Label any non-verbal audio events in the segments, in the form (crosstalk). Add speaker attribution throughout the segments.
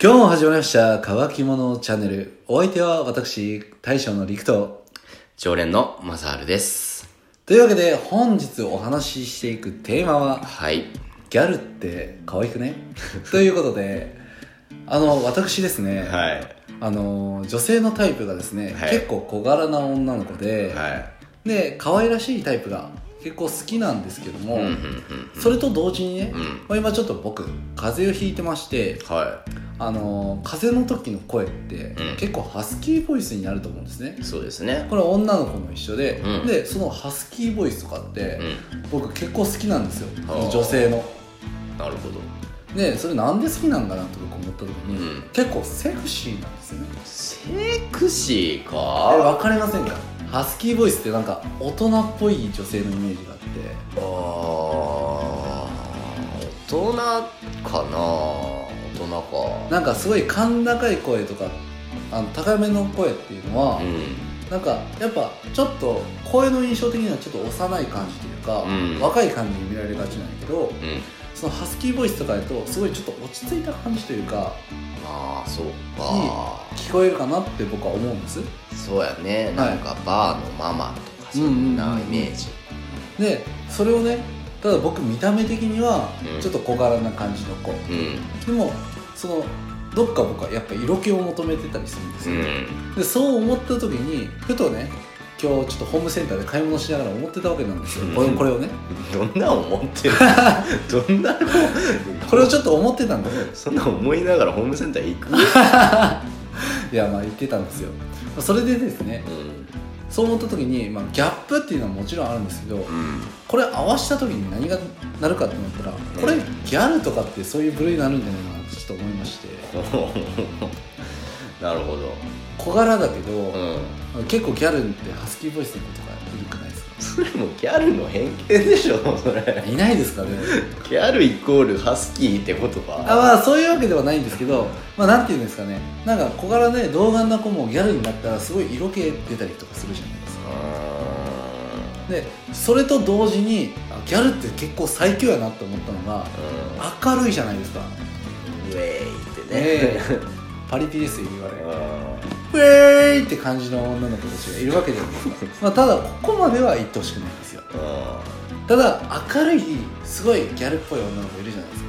Speaker 1: 今日も始まりました、乾き物チャンネル。お相手は私、大将の陸と。
Speaker 2: 常連のマサールです。
Speaker 1: というわけで、本日お話ししていくテーマは、
Speaker 2: はい。
Speaker 1: ギャルって可愛
Speaker 2: (laughs)
Speaker 1: くねということで、あの、私ですね、
Speaker 2: はい。
Speaker 1: あの、女性のタイプがですね、
Speaker 2: はい
Speaker 1: 結構小柄な女の子で、
Speaker 2: はい。
Speaker 1: で、可愛らしいタイプが結構好きなんですけども、
Speaker 2: うんうんうん
Speaker 1: それと同時にね、
Speaker 2: うん。うん。
Speaker 1: まあ今ちょっと僕、風邪をひいてまして、
Speaker 2: は
Speaker 1: あの風邪の時の声って
Speaker 2: うん
Speaker 1: 結構ハスキーボイスになると思うんですね
Speaker 2: い。、そうですね。
Speaker 1: これ女の子も一緒で、
Speaker 2: うん
Speaker 1: でそのハスキーボイスとかって
Speaker 2: う
Speaker 1: 僕結構好きなんですよ、
Speaker 2: はあ
Speaker 1: 女性の
Speaker 2: ん。なるほど。
Speaker 1: でそれなんで好きなんかなって僕思った時
Speaker 2: う
Speaker 1: に、
Speaker 2: ん。
Speaker 1: 結構セクシーなんですよね
Speaker 2: セクシー
Speaker 1: あれ
Speaker 2: か
Speaker 1: 分かりませんかハスキーボイスってなんか大人っぽい女性のイメージがあって
Speaker 2: あー大人かな大人か。
Speaker 1: なんかすごい甲高い声とかあの高めの声っていうのは、
Speaker 2: うん。
Speaker 1: なんかやっぱちょっと声の印象的にはちょっと幼い感じというか、
Speaker 2: うん
Speaker 1: 若い感じに見られがちなんやけど
Speaker 2: うん。
Speaker 1: そのハスキーボイスとかだとすごいちょっと落ち着いた感じというか
Speaker 2: まあ、そうか。
Speaker 1: 聞こえるかなって僕は思うんです
Speaker 2: そうやね。なんかバーのママとかそんなイメージ。
Speaker 1: でそれをねただ僕見た目的には
Speaker 2: うん
Speaker 1: ちょっと小柄な感じの子、
Speaker 2: うん。
Speaker 1: でもそのどっか僕はやっぱ色気を求めてたりするんです
Speaker 2: う
Speaker 1: よ、
Speaker 2: ん。
Speaker 1: でそう思った時にふとね今日ちょっとホームセンターで買い物しながら思ってたわけなんですよ、これこれをね
Speaker 2: どんなん思って (laughs) るどんなの
Speaker 1: これをちょっと思ってたんです
Speaker 2: そ
Speaker 1: よ
Speaker 2: んな思いながらホームセンター行く、
Speaker 1: いやまあ言ってたんですよそれでですね
Speaker 2: うん
Speaker 1: そう思った時に、まあ、ギャップっていうのはもちろんあるんですけどこれ合わせた時に何がなるかってなったらこれギャルとかってそういう部類になるんじゃないかなってちょっと思いまして
Speaker 2: なるほど、
Speaker 1: 小柄だけ
Speaker 2: う
Speaker 1: ど、
Speaker 2: ん、
Speaker 1: 結構ギャルってハスキーボイスの子とかいるくないですか
Speaker 2: それもギャルの偏見でしょそれ
Speaker 1: いないですかね
Speaker 2: ギャルイコールハスキーってことか
Speaker 1: (laughs) あまあそういうわけではないんですけどまあなんていうんですかねなんか小柄で童顔な子もギャルになったらすごい色気出たりとかするじゃないですかでそれと同時にあギャルって結構最強やなって思ったのが
Speaker 2: うーんうん
Speaker 1: 明るいじゃないですか
Speaker 2: ウェイってね、
Speaker 1: ええパリピですよ言われ
Speaker 2: う
Speaker 1: ウェーイって感じの女の子たちがいるわけじゃない (laughs) ですか、まあ、ただここまでは言ってほしくないんですよ
Speaker 2: ん
Speaker 1: ただ明るいすごいギャルっぽい女の子いるじゃないですか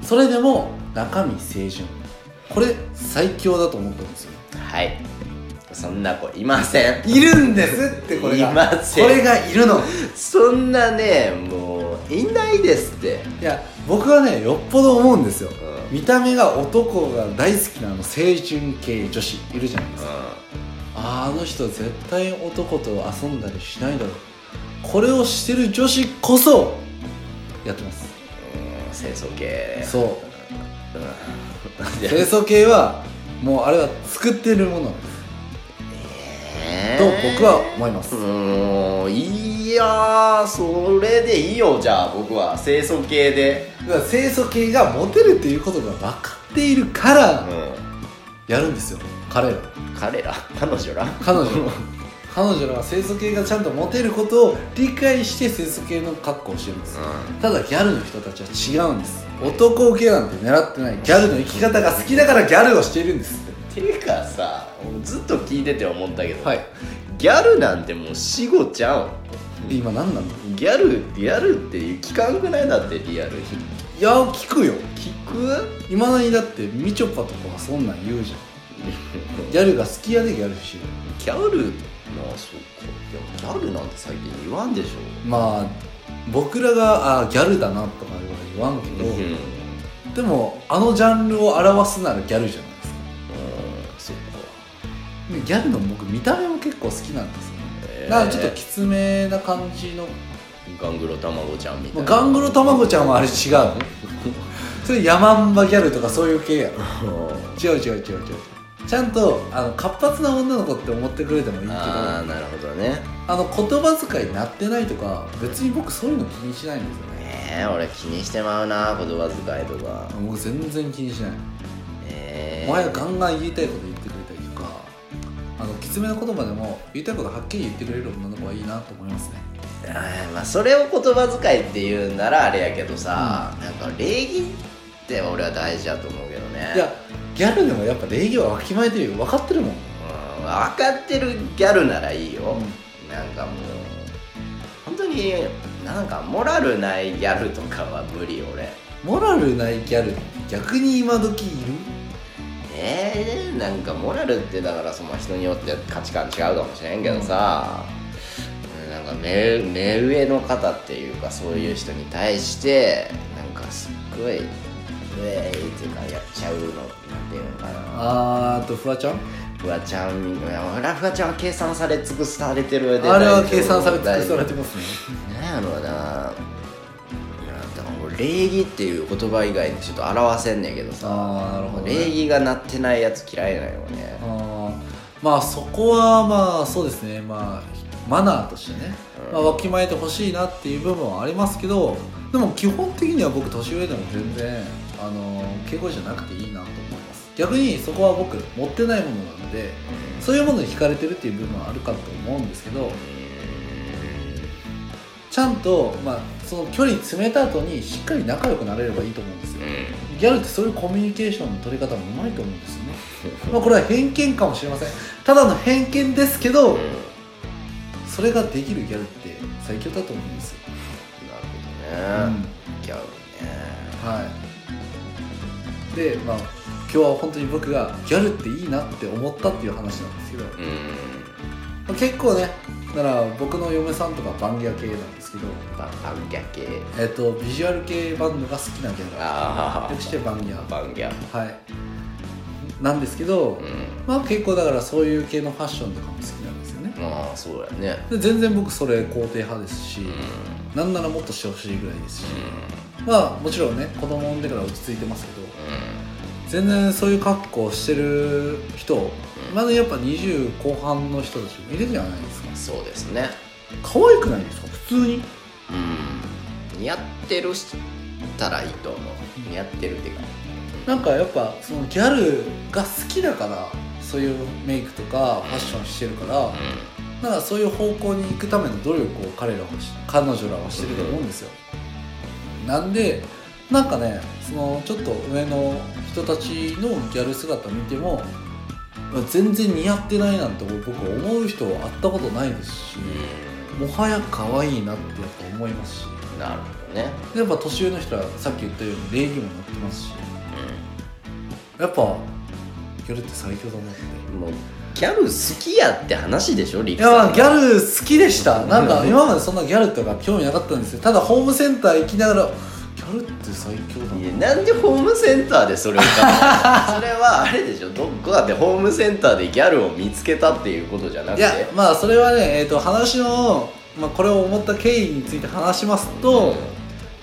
Speaker 2: うん
Speaker 1: それでも中身清純これ最強だと思ったんですよ
Speaker 2: はいそんな子いません
Speaker 1: いるんですってこれが
Speaker 2: いません
Speaker 1: これがいるのい
Speaker 2: そんなねもういないですって、
Speaker 1: や僕はねよっぽど思うんですよ
Speaker 2: うん
Speaker 1: 見た目が男が大好きなあの青春系女子いるじゃないですかあーあの人絶対男と遊んだりしないだろうこれをしてる女子こそやってます
Speaker 2: うん清楚系
Speaker 1: そう
Speaker 2: うん
Speaker 1: 清楚系はもうあれは作ってるものなんです
Speaker 2: えー
Speaker 1: と僕は思います、
Speaker 2: うーんいやーそれでいいよじゃあ僕は清楚系で
Speaker 1: だから清楚系がモテるっていうことが分かっているか
Speaker 2: う
Speaker 1: ら
Speaker 2: ん
Speaker 1: やるんですよ彼ら
Speaker 2: 彼ら彼女ら (laughs)
Speaker 1: 彼女ら彼女らは清楚系がちゃんとモテることを理解して清楚系の格好をしてるんですただギャルの人たちは違うんです男受けなんて狙ってないギャルの生き方が好きだからギャルをしているんです
Speaker 2: ていうかさ俺ずっと聞いてて思ったけど、
Speaker 1: はい
Speaker 2: ギャルなんてもう死後ちゃ
Speaker 1: 今何なの
Speaker 2: うんギャルギャルって聞かんくないだってリアルに
Speaker 1: いや聞くよ
Speaker 2: 聞く
Speaker 1: いまだにだってみちょぱとかはそんなん言うじゃんギャルが好きやでギャルしてる
Speaker 2: ギャルまあそうかいやギャルなんて最近言わんでしょ
Speaker 1: まあ僕らがあギャルだなとかは言わんけど、
Speaker 2: うん
Speaker 1: でもあのジャンルを表すならギャルじゃないですか
Speaker 2: そっか
Speaker 1: でギャルの僕見た目も結構好きなんですよね
Speaker 2: えー
Speaker 1: だからちょっときつめな感じの、
Speaker 2: ガングロ卵ちゃんみたい
Speaker 1: ま
Speaker 2: な
Speaker 1: あ、ガングロ卵ちゃんはあれ違うの (laughs) それヤマンバギャルとかそういう系や
Speaker 2: う
Speaker 1: ろ
Speaker 2: ん
Speaker 1: 違う違う違う違うちゃんとあの活発な女の子って思ってくれてもいいけど
Speaker 2: ああなるほどね
Speaker 1: あの言葉遣いになってないとか別に僕そういうの気にしないんですよね
Speaker 2: えー、俺気にしてまうな言葉遣いとか
Speaker 1: 僕全然気にしない
Speaker 2: えー、
Speaker 1: お前がガンガン言いたいこと言ってくれたりとかあのきつめの言葉でも言いたいことはっきり言ってくれる女の子はいいなと思いますね
Speaker 2: あーまあそれを言葉遣いって言うならあれやけどさ、なんか礼儀って俺は大事だと思うけどね
Speaker 1: いやギャルでもやっぱ礼儀はわきまえてるよ分かってるもん、
Speaker 2: うん分かってるギャルならいいよ、なんかもう本当になんかモラルないギャルとかは無理俺
Speaker 1: モラルないギャル逆に今時いる
Speaker 2: えー、なんかモラルってだからその人によって価値観違うかもしれんけどさ、うんなんか目目上の方っていうかそういう人に対してなんかすっごい「ウェイ」っていうかやっちゃうのなんていうのかな
Speaker 1: あーとフワちゃん
Speaker 2: フワちゃんみたいなフラフワちゃんは計算され尽くされてる上で
Speaker 1: あれは計算され尽くされてますね
Speaker 2: なんやろうななんかもう礼儀っていう言葉以外にちょっと表せんねんけどさ
Speaker 1: ああなるほど、ね、
Speaker 2: 礼儀がなってないやつ嫌いなんよね
Speaker 1: あーまあそこはまあそうですねまあマナーとしてね、
Speaker 2: うん
Speaker 1: まあ、わきまえてほしいなっていう部分はありますけどでも基本的には僕年上でも全然あの敬語じゃなくていいなと思います逆にそこは僕持ってないものなのでそういうものに惹かれてるっていう部分はあるかと思うんですけどちゃんと、まあ、その距離詰めた後にしっかり仲良くなれればいいと思うんですよギャルってそういうコミュニケーションの取り方もうまいと思うんですよね、まあ、これは偏見かもしれませんただの偏見ですけど
Speaker 2: うん
Speaker 1: それができるギャルって最強だと思うんですよ、
Speaker 2: なるほどね、ギャルね
Speaker 1: はいでまあ今日は本当に僕がギャルっていいなって思ったっていう話なんですけど、ま
Speaker 2: うん
Speaker 1: あ結構ねだから僕の嫁さんとかバンギャ系なんですけど、
Speaker 2: ババンギャ系
Speaker 1: えっとビジュアル系バンドが好きなギャル
Speaker 2: あ
Speaker 1: 略してバンギャ
Speaker 2: あバンギャ
Speaker 1: はいなんですけど、
Speaker 2: うん
Speaker 1: まあ結構だからそういう系のファッションとかも好きなんですよね
Speaker 2: まあそうやね
Speaker 1: で全然僕それ肯定派ですし、
Speaker 2: うん
Speaker 1: なんならもっとしてほしいぐらいですし、
Speaker 2: う
Speaker 1: まあもちろんね子供産んでから落ち着いてますけど
Speaker 2: んうん
Speaker 1: 全然そういう格好をしてる人まだやっぱ20後半の人たちもいるじゃないですか
Speaker 2: そうですね
Speaker 1: 可愛くないですか普通に
Speaker 2: うん似合ってるしたらいいと思う似合ってるっていうか
Speaker 1: なんかやっぱそのギャルが好きだからそういうメイクとかファッションしてるから
Speaker 2: う
Speaker 1: なんかそういう方向に行くための努力を彼らはし彼女らはしてると思うんですよなんでなんかねそのちょっと上の人たちのギャル姿見ても全然似合ってないなんて僕は思う人は会ったことないですしもはや可愛いなってやっぱ思いますし
Speaker 2: んなるほどね
Speaker 1: やっぱ年上の人はさっき言ったように礼儀も乗ってますしやっぱギャルって最強だなって
Speaker 2: うんもうギャル好きやって話でしょリ
Speaker 1: い
Speaker 2: クさ
Speaker 1: や
Speaker 2: ん
Speaker 1: ギャル好きでしたなんか
Speaker 2: うん
Speaker 1: 今までそんなギャルとか興味なかったんですよただホームセンター行きながらギャルって最強だ
Speaker 2: いや
Speaker 1: な
Speaker 2: なんでホームセンターでそれを買ったのそれはあれでしょどこだってホームセンターでギャルを見つけたっていうことじゃなく
Speaker 1: い
Speaker 2: て
Speaker 1: やまあそれはね、えー、と話の、まあ、これを思った経緯について話しますと、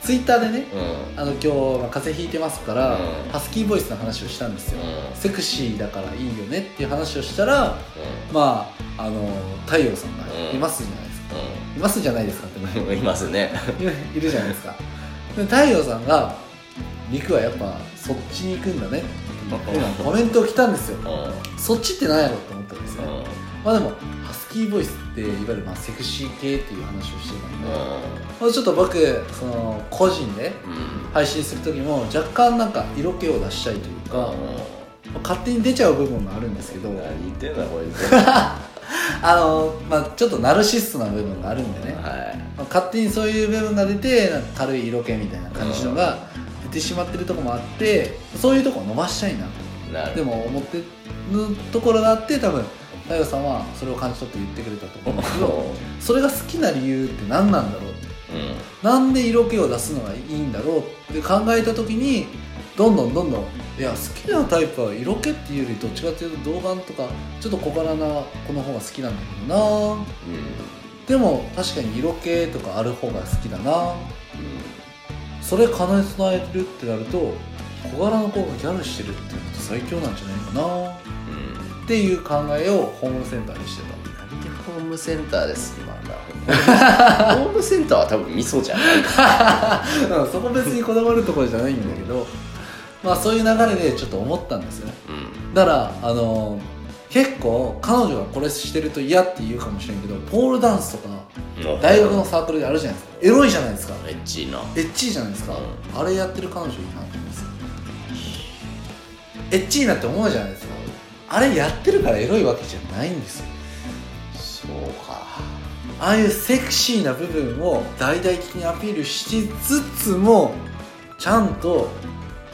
Speaker 1: ツイッターでね
Speaker 2: うんうん
Speaker 1: あの今日、まあ風邪ひいてますか
Speaker 2: う
Speaker 1: ら、
Speaker 2: ん
Speaker 1: ハスキーボイスの話をしたんですよ、
Speaker 2: うん
Speaker 1: セクシーだからいいよねっていう話をしたらまああの太陽さんがいますじゃないですか、いますじゃないですかってね
Speaker 2: うんうんいますね
Speaker 1: (laughs) いるじゃないですかで太陽さんが「肉はやっぱそっちに行くんだね」っていうコメントを来たんですよ
Speaker 2: うんうん
Speaker 1: そっちって何やろって思ったんですよ、まあでもハスキーボイスっていわゆるまあセクシー系っていう話をしてたんで、まあ、ちょっと僕その個人で
Speaker 2: うん
Speaker 1: 配信する時も若干なんか色気を出したいというか、まあ勝手に出ちゃう部分もあるんですけど
Speaker 2: うん何言ってんだこいつ
Speaker 1: あのまあちょっとナルシストな部分があるんでね、
Speaker 2: はい
Speaker 1: まあ勝手にそういう部分が出てなんか軽い色気みたいな感じのが出てしまってるとこもあってそういうとこ伸ばしたいな
Speaker 2: な
Speaker 1: で
Speaker 2: る
Speaker 1: も思ってるところがあって多分太陽さんはそれを感じ取って言ってくれたと思うんですけどそれが好きな理由って何なんだろう
Speaker 2: うん
Speaker 1: なんで色気を出すのがいいんだろうって考えた時にどんどんどんどんいや好きなタイプは色気っていうよりどっちかっていうと童顔とかちょっと小柄な子の方が好きなんだけどな
Speaker 2: う
Speaker 1: でも確かに色気とかある方が好きだなん
Speaker 2: うん
Speaker 1: それ叶え備えるってなると小柄の子がギャルしてるってこと最強なんじゃないかな
Speaker 2: うん
Speaker 1: っていう考えをホームセンターにしてた (laughs)
Speaker 2: なんでホームセンターですまあなホームセンターは多分味噌じゃない
Speaker 1: うんそこ別にこだわるところじゃないんだけど (laughs) まあそういう流れでちょっと思ったんですよね
Speaker 2: うん
Speaker 1: だからあのー結構彼女がこれしてると嫌って言うかもしれんけどポールダンスとか大学のサークルであるじゃないですかエロいじゃないですか
Speaker 2: エッチいな
Speaker 1: エッチいじゃないですかあれやってる彼女いいなと思うんですよエッチーなって思うじゃないですかあれやってるからエロいわけじゃないんですよ
Speaker 2: そうか
Speaker 1: ああいうセクシーな部分を大々的にアピールしつつもちゃんと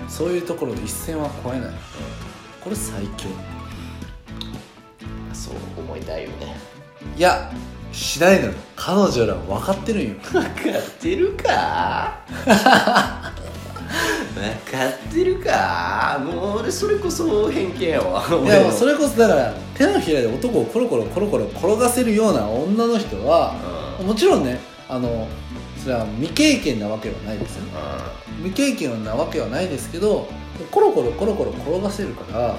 Speaker 1: そういうところで一線は越えないこれ最強
Speaker 2: そう思いたいよね
Speaker 1: いやしないのよ彼女らは分かってるんよ
Speaker 2: 分かってるか分かってるかもう俺それこそ偏見やわ
Speaker 1: いやもうそれこそだから手のひらで男をコロコロコロコロ転がせるような女の人は
Speaker 2: うん
Speaker 1: もちろんねあのそれは未経験なわけはないですよ
Speaker 2: う
Speaker 1: 未経験なわけはないですけどコロコロコロコロ転がせるから
Speaker 2: ん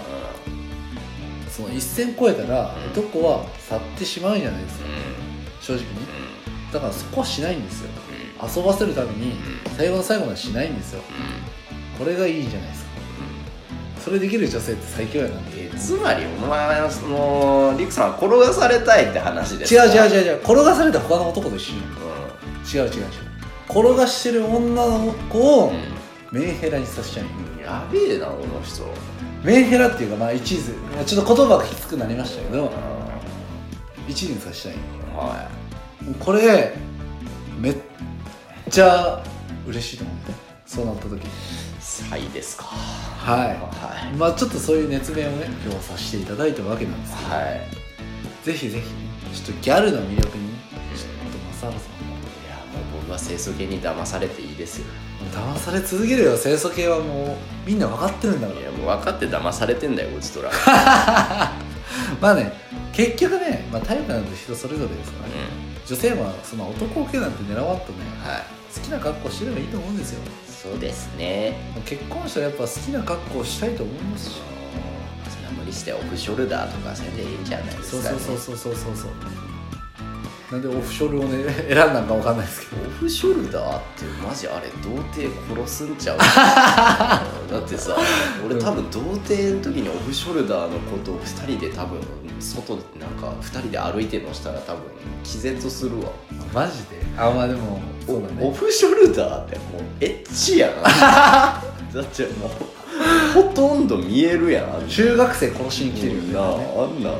Speaker 1: その一線越えたら
Speaker 2: うん
Speaker 1: 男は去ってしまうんじゃないですか
Speaker 2: うん
Speaker 1: 正直ね
Speaker 2: うん
Speaker 1: だからそこはしないんですよ
Speaker 2: うんうん
Speaker 1: 遊ばせるために最後の最後までしないんですよこれがいいじゃないですかそれできる女性って最強やなって
Speaker 2: えつまりお前はそのリクさんは転がされたいって話です
Speaker 1: 違う違う
Speaker 2: う、
Speaker 1: 違う違う転がされた他の男と一緒よ
Speaker 2: う
Speaker 1: 違う違う違う転がしてる女の子を
Speaker 2: ん
Speaker 1: メンヘラにさせちゃう
Speaker 2: うん、やべえなこの人
Speaker 1: メンヘラっていうかまあ一途まあちょっと言葉がきつくなりましたけど
Speaker 2: う
Speaker 1: 一途にさせちゃうん
Speaker 2: は
Speaker 1: よこれめっちゃ嬉しいと思うねそうなった時
Speaker 2: いサイですか
Speaker 1: は
Speaker 2: はい
Speaker 1: まあちょっとそういう熱弁をね今日はさせていただいたわけなんですけど、
Speaker 2: はい
Speaker 1: ぜひぜひちょっとギャルの魅力にねちょっと正原さんも
Speaker 2: いやもう僕は清楚系に騙されていいですよ
Speaker 1: 騙され続けるよ清楚系はもうみんな分かってるんだから
Speaker 2: いやもう分かって騙されてんだよこいつと
Speaker 1: (laughs)
Speaker 2: ら、
Speaker 1: まあね結局ね、まあ、タイプなんて人それぞれですから
Speaker 2: うん
Speaker 1: ね、女性はその男受けなんて狙わんとね
Speaker 2: はい
Speaker 1: 好きな格好してればいいと思うんですよ
Speaker 2: そうですね
Speaker 1: 結婚したらやっぱ好きな格好をしたいと思いますし
Speaker 2: そんな無理してオフショルダーとかせんでいいんじゃないで
Speaker 1: そう
Speaker 2: すか、
Speaker 1: そ
Speaker 2: ね、
Speaker 1: うそうそうそうそうそうなんでオフショルをね選んだんか分かんないですけど
Speaker 2: オフショルダーってマジあれ童貞殺すんち
Speaker 1: (laughs)
Speaker 2: ゃうだってさ俺多分童貞の時にオフショルダーのことを2人で多分外なんか2人で歩いてるのしたら多分気絶するわ
Speaker 1: マジであまあでもそうだ
Speaker 2: オ
Speaker 1: ね
Speaker 2: フショルダーってもうエッチ (laughs) やなだってもうほとんど見えるやんあんな
Speaker 1: 中学生殺しに来てるよね
Speaker 2: なあんなん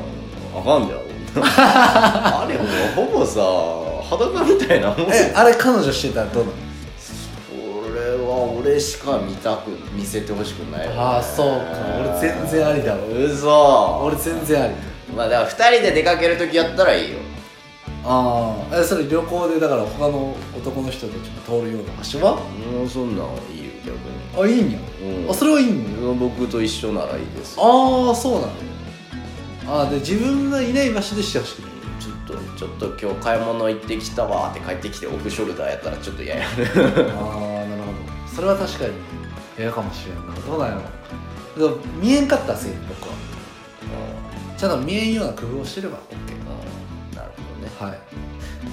Speaker 2: あか (laughs) んじゃんあれもうほぼさ裸みたいなもん
Speaker 1: えあれ彼女してたらどうなの
Speaker 2: 俺は俺しか見たく見せてほしくないよね
Speaker 1: あーそうか俺全然ありだわ
Speaker 2: うそ
Speaker 1: 俺全然あり
Speaker 2: まあだから2人で出かける時やったらいいよ
Speaker 1: ああえそれ旅行でだから他の男の人たちも通るような場所は
Speaker 2: もうそんなんいいよ逆
Speaker 1: あいいんや、
Speaker 2: に、
Speaker 1: あそれはいいんや
Speaker 2: れ僕と一緒ならいいですよ
Speaker 1: ああそうなんだあーで自分がいない場所でしてほしくない
Speaker 2: ちょっとちょっと今日買い物行ってきたわって帰ってきてオフショルダーやったらちょっと嫌やね
Speaker 1: ああなるほどそれは確かに嫌かもしれんなどうなんやろでも見えんかったらせい僕はちゃんと見えんような工夫をしてれば OK
Speaker 2: なるほどね
Speaker 1: はい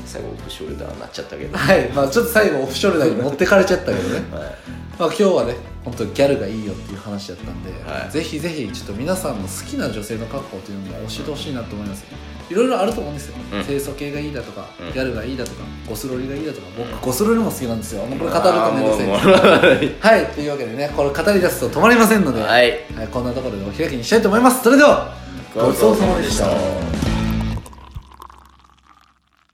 Speaker 2: 最後オフショルダーになっちゃったけど、
Speaker 1: はいまあちょっと最後オフショルダーに持ってかれちゃったけどね
Speaker 2: はい
Speaker 1: まあ、今日はね本当にギャルがいいよっていう話だったんで、
Speaker 2: はい
Speaker 1: ぜひぜひちょっと皆さんの好きな女性の格好というのも教えてほしいなと思いますいろいろあると思うんですよ、
Speaker 2: うん
Speaker 1: 清楚系がいいだとか、
Speaker 2: うん
Speaker 1: ギャルがいいだとかゴスロリがいいだとか僕、
Speaker 2: うん
Speaker 1: ゴスロリも好きなんですよもうこれ語る
Speaker 2: あー
Speaker 1: とめん
Speaker 2: も
Speaker 1: ど
Speaker 2: う
Speaker 1: くさい
Speaker 2: もう
Speaker 1: (laughs) はいというわけでねこれ語り出すと止まりませんので、
Speaker 2: はい
Speaker 1: はいこんなところでお開きにしたいと思いますそれではごちそうさまでした